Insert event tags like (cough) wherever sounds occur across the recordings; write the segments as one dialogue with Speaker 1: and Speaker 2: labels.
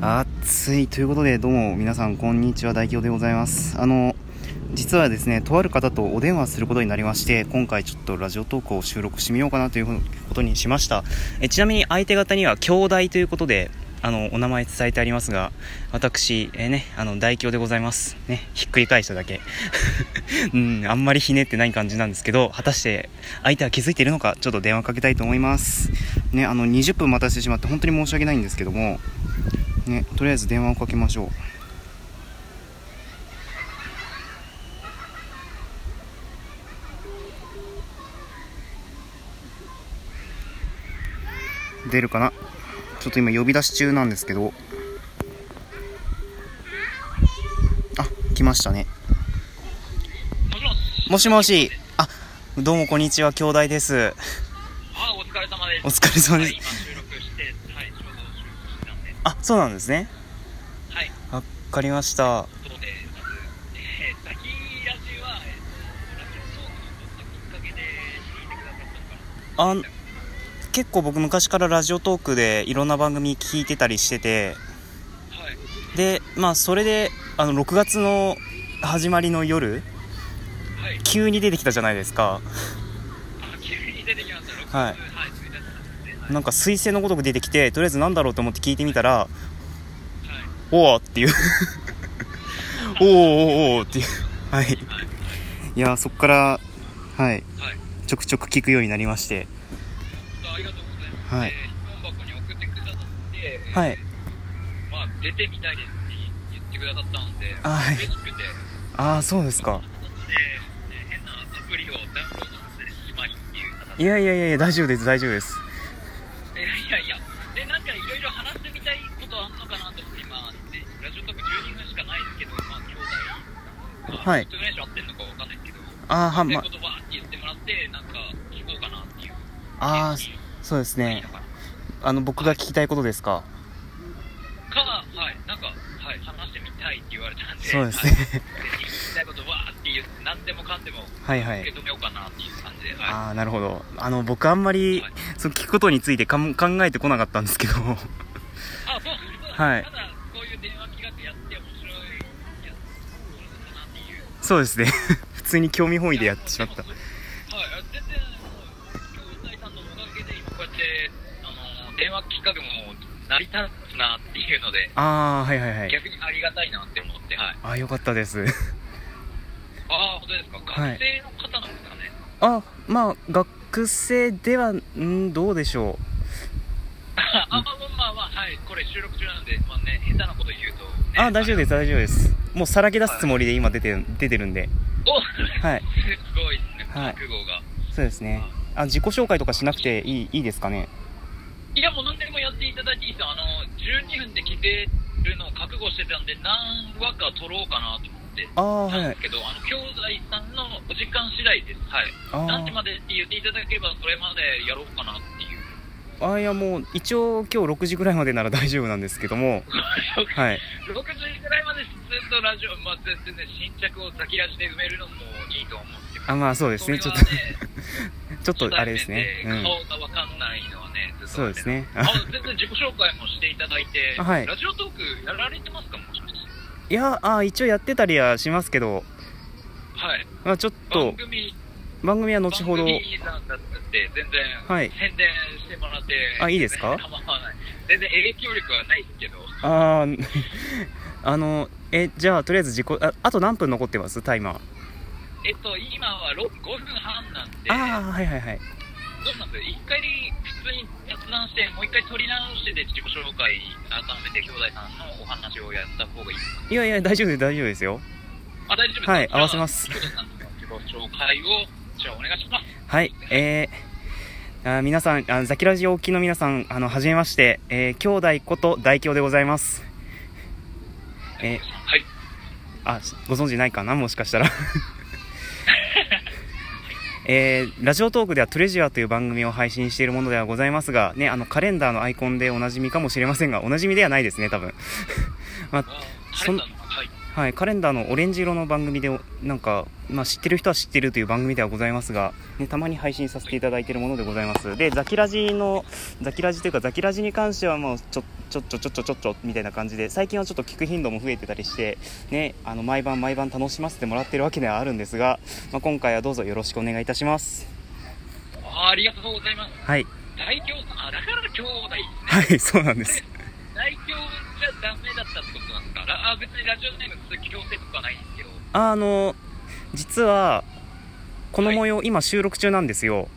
Speaker 1: 暑いということでどうも皆さんこんにちは大京でございますあの実はですねとある方とお電話することになりまして今回ちょっとラジオトークを収録してみようかなということにしましたえちなみに相手方には兄弟ということであのお名前伝えてありますが私、えーねあの大京でございますねひっくり返しただけ (laughs) うんあんまりひねってない感じなんですけど果たして相手は気づいているのかちょっと電話かけたいと思いますねあの20分待たせてしまって本当に申し訳ないんですけどもねとりあえず電話をかけましょう出るかなちょっと今呼び出し中なんですけどあ来ましたね
Speaker 2: もしもし。
Speaker 1: もしもしあどうもこんにちは兄弟です
Speaker 2: あ、お疲れ様です。
Speaker 1: お疲れ様です
Speaker 2: はい、今収録して、はい、ちょうど収録してたんで。
Speaker 1: あそうなんですね
Speaker 2: はい、
Speaker 1: わかりました
Speaker 2: そうで、まず、えー、ザキラジは、えっ、と、ラジオトークを撮ったきっかけで聞いてくださったのかな。
Speaker 1: あ結構僕昔からラジオトークでいろんな番組聞いてたりしてて
Speaker 2: はい。
Speaker 1: でまあそれであの6月の始まりの夜
Speaker 2: はい。
Speaker 1: 急に出てきたじゃないですか
Speaker 2: あ、急に出てきました。6月、
Speaker 1: は
Speaker 2: はいい、1日なんですね。はい。
Speaker 1: なんか彗星のごとく出てきてとりあえずなんだろうと思って聞いてみたら
Speaker 2: は
Speaker 1: 「
Speaker 2: い。
Speaker 1: おお!」っていう (laughs) 「おーおーおーっていうはい
Speaker 2: はい。
Speaker 1: いやそっからはい
Speaker 2: はい。
Speaker 1: ちょくちょく聞くようになりまして
Speaker 2: 本当ありがとうございます。
Speaker 1: はい
Speaker 2: えー質問箱に送ってくださって、。
Speaker 1: はいい
Speaker 2: まあ、出てみたいですって言ってくださったので、
Speaker 1: はい
Speaker 2: 嬉しくて、
Speaker 1: ああそうですか
Speaker 2: で、えー変なアプリをダウンロードさせてしまいっていう形で
Speaker 1: いやいやいやいや大丈夫です大丈夫です
Speaker 2: いやいや、で、なんかいろいろ話してみたいことあんのかなと思って、今、ね、ラジオトーク12分しかないですけど、まあ、兄弟、まあ、
Speaker 1: はい
Speaker 2: イントネーション合ってるのかわかんないですけど、
Speaker 1: ああは
Speaker 2: そういう
Speaker 1: ま
Speaker 2: ことばって言ってもらって、なんか聞こうかなっていう。
Speaker 1: ああ
Speaker 2: いい
Speaker 1: そうです
Speaker 2: の
Speaker 1: ね
Speaker 2: かな
Speaker 1: あの僕が聞きたいことですか
Speaker 2: か、はい、なんか、はい、話してみたいって言われたんで、
Speaker 1: そうです
Speaker 2: はい
Speaker 1: ね
Speaker 2: ぜひ聞きたいことわーって言って、何でもかんでも
Speaker 1: はいは
Speaker 2: 受
Speaker 1: い
Speaker 2: け止めようかなっていう感じで、はい。
Speaker 1: ああなるほどあの僕あんまり
Speaker 2: はい
Speaker 1: その聞くことについてかん考えてこなかったんですけど (laughs)
Speaker 2: あ、そうそう
Speaker 1: はい
Speaker 2: ただ、こういう電話企画やって面白い、や面白いなっていう。
Speaker 1: そうですね (laughs) 普通に興味本位でやってしまった
Speaker 2: はい、全然、兄弟さんのおかげで、今こうやって、あの、電話企画も成り立つなっていうので、
Speaker 1: ああはいはいはい
Speaker 2: 逆にありがたいなって思って、はい。
Speaker 1: ああよかったです
Speaker 2: ああ、本当ですか。
Speaker 1: はい
Speaker 2: 学生の方なんですかね。
Speaker 1: あまあ学生ではんどうでしょ
Speaker 2: (laughs) あ、まあまあまあ、はい。これ収録中なんで、まあね、下手なこと言うと、。
Speaker 1: うあ大丈夫ですす大丈夫ですもうさらけ出すつもりで今出て出てるんで
Speaker 2: (laughs) お
Speaker 1: はい
Speaker 2: すごいですね、
Speaker 1: はい
Speaker 2: 覚悟が。
Speaker 1: そうですねあ自己紹介とかしなくていいいいですかね
Speaker 2: いや、もう何でもやっていただいていいですよ。あの、12分で聞けるのを覚悟してたんで、何話か撮ろうかなと思って。
Speaker 1: ああはい
Speaker 2: な
Speaker 1: は
Speaker 2: ん
Speaker 1: い
Speaker 2: ですけど、あの兄弟さんのお時間次第です、はい、何時ま
Speaker 1: あ
Speaker 2: でって言っていただければ、それまでやろうかなっていう、
Speaker 1: ーあーいやもう一応今日6時ぐらいまでなら大丈夫なんですけども (laughs) はい
Speaker 2: 6時ぐらいまでずっとラジオ、まあ、全然ね、新着を先ラジで埋めるのもいいと思ってます
Speaker 1: あまあそうですねち
Speaker 2: そ
Speaker 1: ょ
Speaker 2: れ
Speaker 1: っ
Speaker 2: は
Speaker 1: とちょっとあれですね
Speaker 2: 初対面で顔がわかんないのはね、
Speaker 1: うん
Speaker 2: ずっ
Speaker 1: そ
Speaker 2: と
Speaker 1: うですね
Speaker 2: あ全然自己紹介もしていただいて、
Speaker 1: あはい
Speaker 2: ラジオトークやられてますか、もしかして。
Speaker 1: いやあー一応やってたりはしますけど、
Speaker 2: はい、
Speaker 1: まあ、ちょっ
Speaker 2: 番
Speaker 1: と
Speaker 2: 組
Speaker 1: 番組は後ほど
Speaker 2: 番組なんだって全然
Speaker 1: はい
Speaker 2: 宣伝してもらって、
Speaker 1: あいい
Speaker 2: (laughs)
Speaker 1: ですか
Speaker 2: 全然構わない全然影響力はないですけど
Speaker 1: あー (laughs) あのえじゃあとりあえず自己ああと何分残ってますタイマー
Speaker 2: えっと今はろ5分半なんで
Speaker 1: ああはいはいはい
Speaker 2: どうなんです一回普通に雑談してもう一回取り直してで自己紹介改めて兄弟さんのお話をやった方がいいです
Speaker 1: いやいや大丈夫です大丈夫ですよ
Speaker 2: あ大丈夫ですか
Speaker 1: はい
Speaker 2: じゃあ
Speaker 1: 合わせます
Speaker 2: 兄弟さんの自己紹介をじゃあお願いします
Speaker 1: はいえーあー皆さんあザキラジオお聞きの皆さんあのはじめまして、えー兄弟こと大京でございますえ
Speaker 2: はい
Speaker 1: あご存知ないかなもしかしたら (laughs) えーラジオトークでは「トレジュア」という番組を配信しているものではございますが、ね、あのカレンダーのアイコンでおなじみかもしれませんがおなじみではないですね多分まあ
Speaker 2: あ
Speaker 1: そ
Speaker 2: 晴
Speaker 1: ん
Speaker 2: れたのかはい
Speaker 1: はい、カレンダーのオレンジ色の番組でおなんか、まあ、知ってる人は知ってるという番組ではございますが、ね、たまに配信させていただいているものでございますでザキラジのザキラジというかザキラジに関してはもうちょちょちょちょちょちょちょみたいな感じで最近はちょっと聞く頻度も増えてたりして、ね、あの毎晩毎晩楽しませてもらってるわけではあるんですが、まあ、今回はどうぞよろしくお願いいたします
Speaker 2: あーありがとうございます。
Speaker 1: はい
Speaker 2: 大兄弟、あ、だから兄弟。
Speaker 1: はいそうなんです
Speaker 2: 大兄じゃダメだったってことなんですかラあ、別にラジオネーム鈴木強制とかはないんですけど。
Speaker 1: ああの実はこの模様、今収録中なんですよ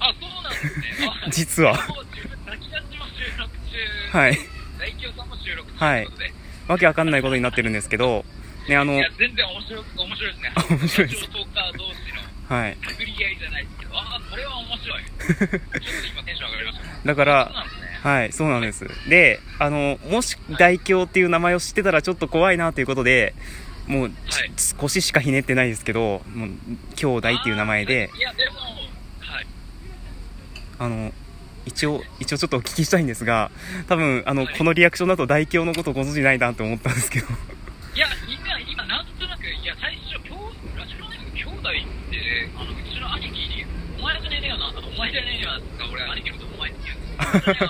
Speaker 2: あ、そうなんですね。
Speaker 1: (laughs)
Speaker 2: あ
Speaker 1: 実は
Speaker 2: もう自分、泣き出しも収録中。い。
Speaker 1: はい
Speaker 2: 大京さんも収録中。
Speaker 1: はい
Speaker 2: ということで。
Speaker 1: わけわかんないことになってるんですけどねあの
Speaker 2: いや、全然面白く、面白いですね。
Speaker 1: 面白いです
Speaker 2: ラジオトーカー同士の
Speaker 1: はい
Speaker 2: 殴り合いじゃないですけど。あー、これは面白い。ちょっと今テンション上がりま
Speaker 1: (laughs)
Speaker 2: し
Speaker 1: だか
Speaker 2: た。そう
Speaker 1: ら
Speaker 2: なんですね。
Speaker 1: はいそうなんですであのもし大京っていう名前を知ってたらちょっと怖いなということでもうち
Speaker 2: はい
Speaker 1: 少ししかひねってないですけどもう兄弟っていう名前で
Speaker 2: あーいや、でも、はい。
Speaker 1: あの一応一応ちょっとお聞きしたいんですが多分あの
Speaker 2: はい
Speaker 1: このリアクションだと大京のことご存じないなと思ったんですけど
Speaker 2: いや、みんな今、なんとなく、いや、最初、兄ラジオネーム兄弟って、あの、うちの兄貴に、お前じゃねえよな、お前じゃねえよな、って俺、兄貴のことお前って言うんですよ。お前じゃねえ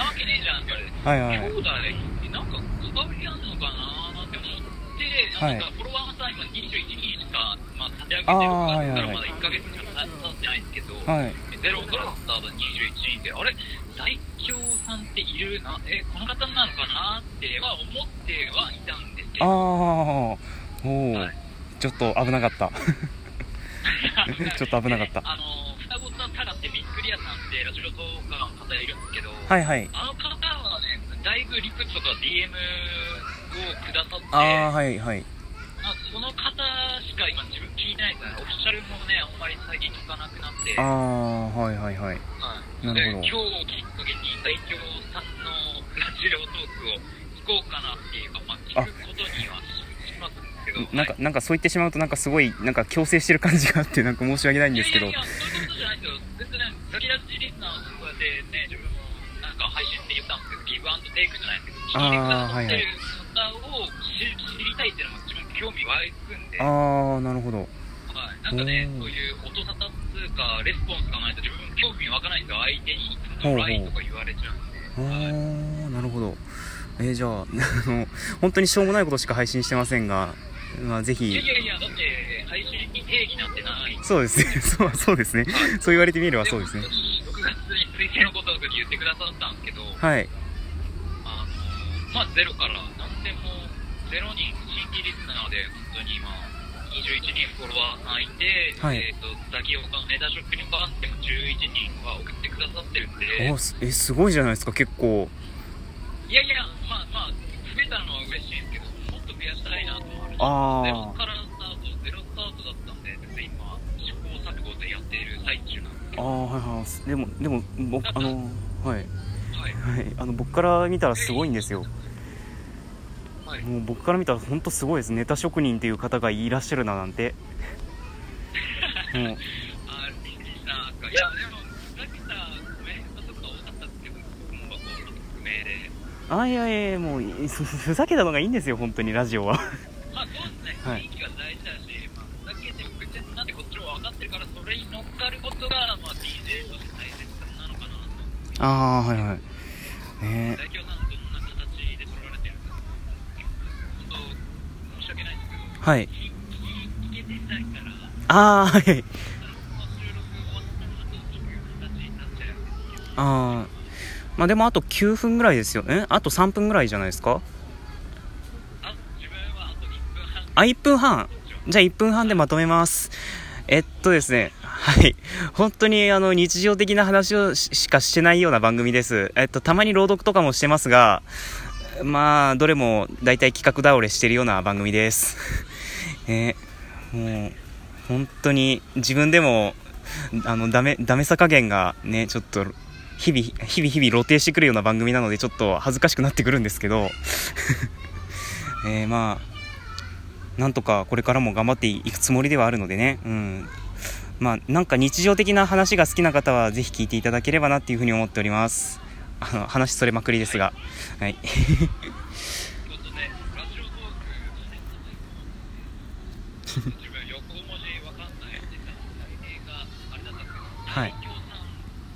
Speaker 2: よな、なわけねえじゃんって
Speaker 1: はいは
Speaker 2: 言わ
Speaker 1: い
Speaker 2: れて、兄弟ってなんか関わりあんのかなーって思って、
Speaker 1: はい
Speaker 2: なんかフォロワーさん今21人しか、まあ、立ち上
Speaker 1: あ
Speaker 2: げてるか
Speaker 1: ーはいはい
Speaker 2: ら、
Speaker 1: はい
Speaker 2: まだ1ヶ月しか経ってないんですけど、
Speaker 1: はい
Speaker 2: ゼロからスタート21位で、あれ、最強さんっているな、え、この方なのかなっては思ってはいたんですけ
Speaker 1: ああ
Speaker 2: ど、
Speaker 1: おお、
Speaker 2: (laughs) はい
Speaker 1: ちょっと危なかったちょっと危なかった
Speaker 2: であの、双子さんタラってビックリアさんってラジオトーカーの方いるんですけど、
Speaker 1: はいはい
Speaker 2: あの方はね、だいぶリプとか DM をくださって、
Speaker 1: ああはいはい
Speaker 2: まあその方しか今自分聞いてないから、オフィシャルもね、あんまり最近聞かなくなって、
Speaker 1: ああはいはいはいな
Speaker 2: はい、
Speaker 1: るほど
Speaker 2: で今日をきっかけに大京さんのラジオトークを聞こうかなっていうか、まあ、聞くことにはししますけど、
Speaker 1: なん
Speaker 2: は
Speaker 1: かなんかそう言ってしまうとなんかすごいなんか強制してる感じがあってなんか申し訳ない
Speaker 2: い
Speaker 1: んですけど
Speaker 2: いやいやいや、そういうことじゃないですよ、別にね、先立ちリスナーをこうやってね、自分もなんか配信って言ったんですけど、ギブアンドテイクじゃないですけど、聞いてくださってる方を知る知りたいっていうのも自分、興味湧くんで。
Speaker 1: ああなるほど
Speaker 2: はい、なんかね
Speaker 1: う、ん
Speaker 2: そういう音沙汰っていうか、レスポンスがないと自分、興味湧かないんですよ、相手に、
Speaker 1: ほうほう
Speaker 2: LINE とか言われちゃうんで、
Speaker 1: ああ
Speaker 2: はい
Speaker 1: なるほどえーじゃああの本当にしょうもないことしか配信してませんが、まあ、ぜ
Speaker 2: いや
Speaker 1: ひ
Speaker 2: いやいや、だって、配信に定義なんてない。
Speaker 1: そうですね (laughs) そうそうですねそう言われてみればそうですね
Speaker 2: 本当に6月に推薦のこととか言ってくださったんですけど、
Speaker 1: はい
Speaker 2: あのまあ、ゼロから、なんでも、ゼロ人、新規リスナーで、本当に今、21人フォロワーさんいて、
Speaker 1: はい
Speaker 2: えっ、と、ザキオカのネタショップに関しても11人は送ってくださってるんで、
Speaker 1: おーすえすごいじゃないですか結構
Speaker 2: いやいや、まあまあ、増えたのは嬉しいんですけど、もっと増やしたいなと思う
Speaker 1: あー
Speaker 2: ゼロからスタート、ゼロスタートだったんで、別に今、試行錯誤でやっている最中なんですけ
Speaker 1: あ
Speaker 2: ど、
Speaker 1: あはいはいでもでも僕あのはい
Speaker 2: はい、
Speaker 1: はいあの僕から見たらすごいんですよ
Speaker 2: はい、
Speaker 1: もう僕から見たら本当すごいですネタ職人っていう方がいらっしゃるななんてもう
Speaker 2: あー、リリーなんか、いや、でも、さっきさ、コメントとか多かったんですけど、僕もこう、匿名で、
Speaker 1: あいやいやいやもういふふざけたのがいいんですよ本当にラジオは
Speaker 2: まあ、そうですね、
Speaker 1: はい
Speaker 2: 雰囲気が大事だし、まあ、ふざけても別になんてこっちも分かってるから、それに乗っかることが、まあ、DJ として大切なのかなと。
Speaker 1: ああはいはいね
Speaker 2: 代表さんどんな形で取られてるんですか本当申し訳ないんですけど
Speaker 1: はい
Speaker 2: 聞き聞けてないからあ
Speaker 1: ああはい
Speaker 2: の収録終わった後そういう形になっちゃうんですけど
Speaker 1: ああまあでもあと9分ぐらいですよえあと3分ぐらいじゃないですか
Speaker 2: あ自分はあと1分半
Speaker 1: あ1分半
Speaker 2: 以上
Speaker 1: じゃあ1分半でまとめます。えっとですね、はい。本当にあの日常的な話をししかしてないような番組です。えっと、たまに朗読とかもしてますが、まあ、どれも大体企画倒れしてるような番組です。 (laughs) えもう、本当に自分でも、あの、ダメ、ダメさ加減がね、ちょっと、日々、日々日々露呈してくるような番組なので、ちょっと恥ずかしくなってくるんですけど、 (laughs) えーまあ、なんとかこれからも頑張っていくつもりではあるのでね、うん、まあなんか日常的な話が好きな方はぜひ聞いていただければなっていうふうに思っておりますあの話それまくりですがはい
Speaker 2: ちょっとねラジオトーク自分横文字わかんないでさ、題名があれだったんだけど、
Speaker 1: はい
Speaker 2: 大京さん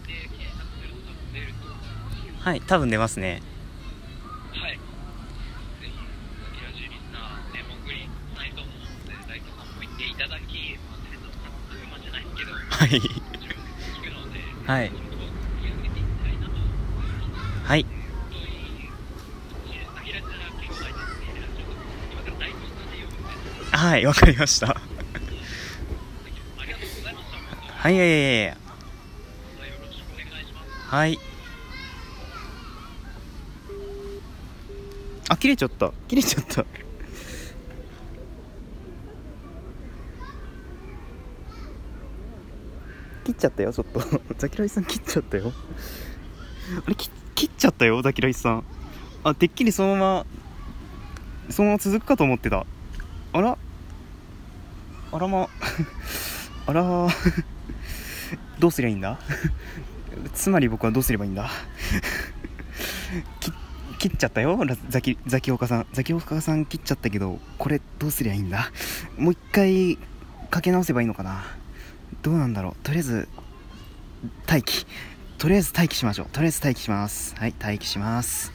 Speaker 2: で検索すると多分出ると思う。
Speaker 1: はい多分出ますね
Speaker 2: はい。ぜひ、キラジリスナー、ね、潜りないと思うので、大京さんも行っていただき、まあ、テレ東さんというまじゃないけど、
Speaker 1: はい
Speaker 2: 自分で聞くので、
Speaker 1: はい
Speaker 2: 本当、盛り上げていきたいなと思います。
Speaker 1: はいはいわかりましたはいいやいやいやいやはいあ切れちゃった切れちゃった切っちゃったよちょっと (laughs) ザキライさん切っちゃったよあれ切切っちゃったよザキライさんあてっきりそのままそのまま続くかと思ってたあらあらま (laughs) あら (laughs) どうすりゃいいんだつまり僕はどうすればいいんだ (laughs) き切っちゃったよラザキザキオカさんザキオカさん切っちゃったけどこれどうすりゃいいんだもう一回かけ直せばいいのかなどうなんだろうとりあえず待機とりあえず待機しましょうとりあえず待機しますはい待機します